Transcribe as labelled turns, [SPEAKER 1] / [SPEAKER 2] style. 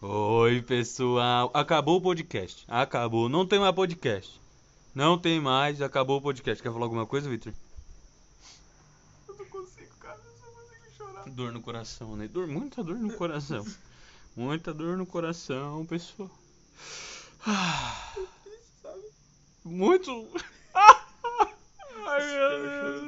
[SPEAKER 1] Oi, pessoal. Acabou o podcast. Acabou. Não tem mais podcast. Não tem mais. Acabou o podcast. Quer falar alguma coisa, Victor?
[SPEAKER 2] Eu não consigo, cara. Eu só consigo chorar.
[SPEAKER 1] Dor no coração, né? Dor, muita dor no coração. Muita dor no coração, pessoal. Ah,
[SPEAKER 2] Isso, sabe?
[SPEAKER 1] Muito. Ai, meu Deus.